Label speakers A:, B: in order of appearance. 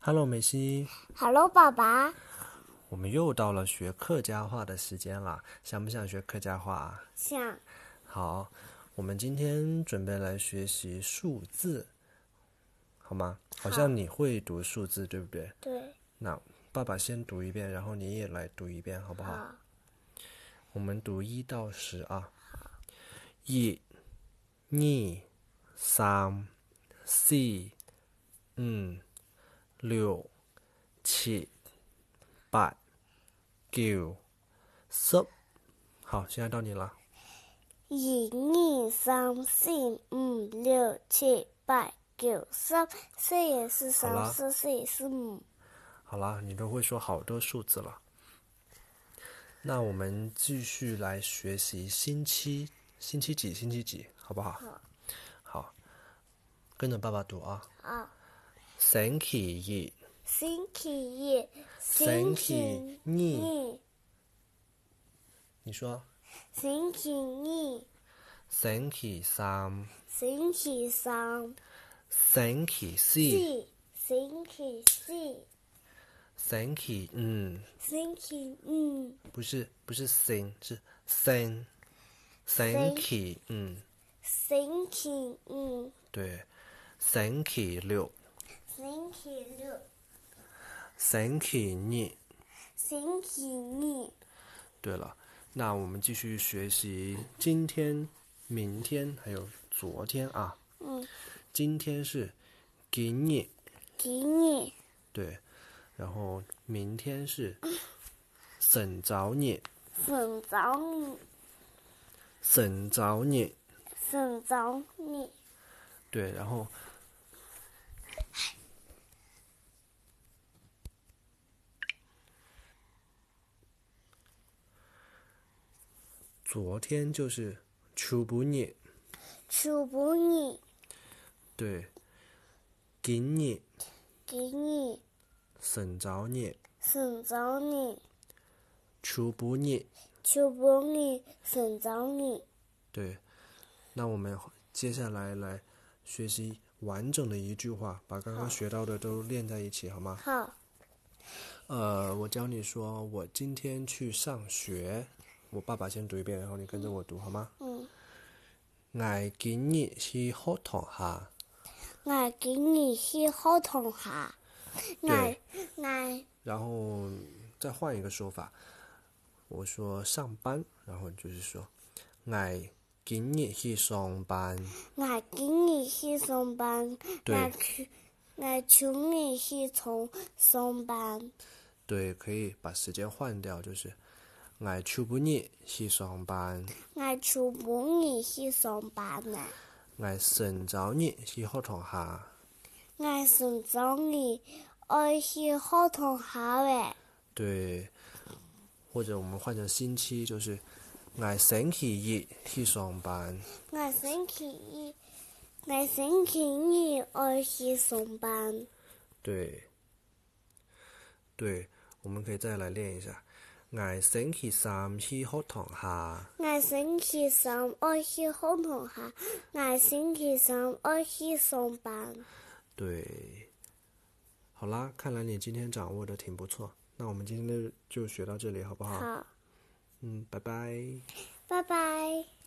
A: Hello，美西，
B: Hello，爸爸，
A: 我们又到了学客家话的时间啦，想不想学客家话啊？
B: 想
A: 好，我们今天准备来学习数字，好吗？好像你会读数字，对不对？
B: 对，
A: 那爸爸先读一遍，然后你也来读一遍，好不好？
B: 好
A: 我们读一到十啊。一、二、三、四、五、六、七、八、九、十。好，现在到你了。
B: 一、二、三、四、五、六、七、八、九、十，四、
A: 好
B: 四、三、
A: 啦
B: 四、四、四、五。
A: 好啦，你都会说好多数字了。那我们继续来学习星期星期几星期几，好不好？好，跟着爸爸读啊。
B: 好。
A: 星期
B: 星期一，
A: 星
B: 星
A: 期
B: 期
A: 二
B: 二，
A: 二，你说。
B: 星期二，
A: 星期三、
B: 星期三，
A: 星期四、
B: 四，星期四，
A: 星期五，
B: 星期五，
A: 嗯不是不是星，是星。星
B: 星
A: 期五，
B: 星期五，
A: 嗯对。星期六、
B: 星期六，
A: 星期日。
B: 星期二。
A: 对了，那我们继续学习今天、明天还有昨天啊。
B: 嗯，
A: 今天是今日，
B: 今日，
A: 对，然后明天是沈早日，
B: 寻找你，
A: 沈早日，
B: 寻找你。
A: 对，然后昨天就是秋不日，
B: 秋不日，
A: 对，今日
B: 今日
A: 沈早日。
B: 寻找你，
A: 秋不日，
B: 秋不日寻找你。
A: 对。那我们接下来来学习完整的一句话，把刚刚学到的都练在一起，好吗？
B: 好，
A: 呃，我教你说，我今天去上学。我爸爸先读一遍，然后你跟着我读，好吗？
B: 嗯。
A: 我今日去学堂下，
B: 我今日去学堂下。我
A: 对
B: 我
A: 然后再换一个说法，我说上班，然后就是说，我今日去上班。
B: 我今日去上班。
A: 对
B: 我去，我秋日去从上班。
A: 对，可以把时间换掉，就是我秋不日去上班，
B: 我秋不日去上班呢。
A: 我哎晨早日去学堂下。
B: 我寻找你，爱去学堂下喂。
A: 对，或者我们换成星期，就是我星期日去上班，
B: 我星期一，我星期二爱去上班。
A: 对，对，我们可以再来练一下。我星期三去学堂下，
B: 我星期三爱去学堂下，我星期三爱去上班。
A: 对，好啦，看来你今天掌握的挺不错。那我们今天就学到这里，好不好？
B: 好，
A: 嗯，拜拜。
B: 拜拜。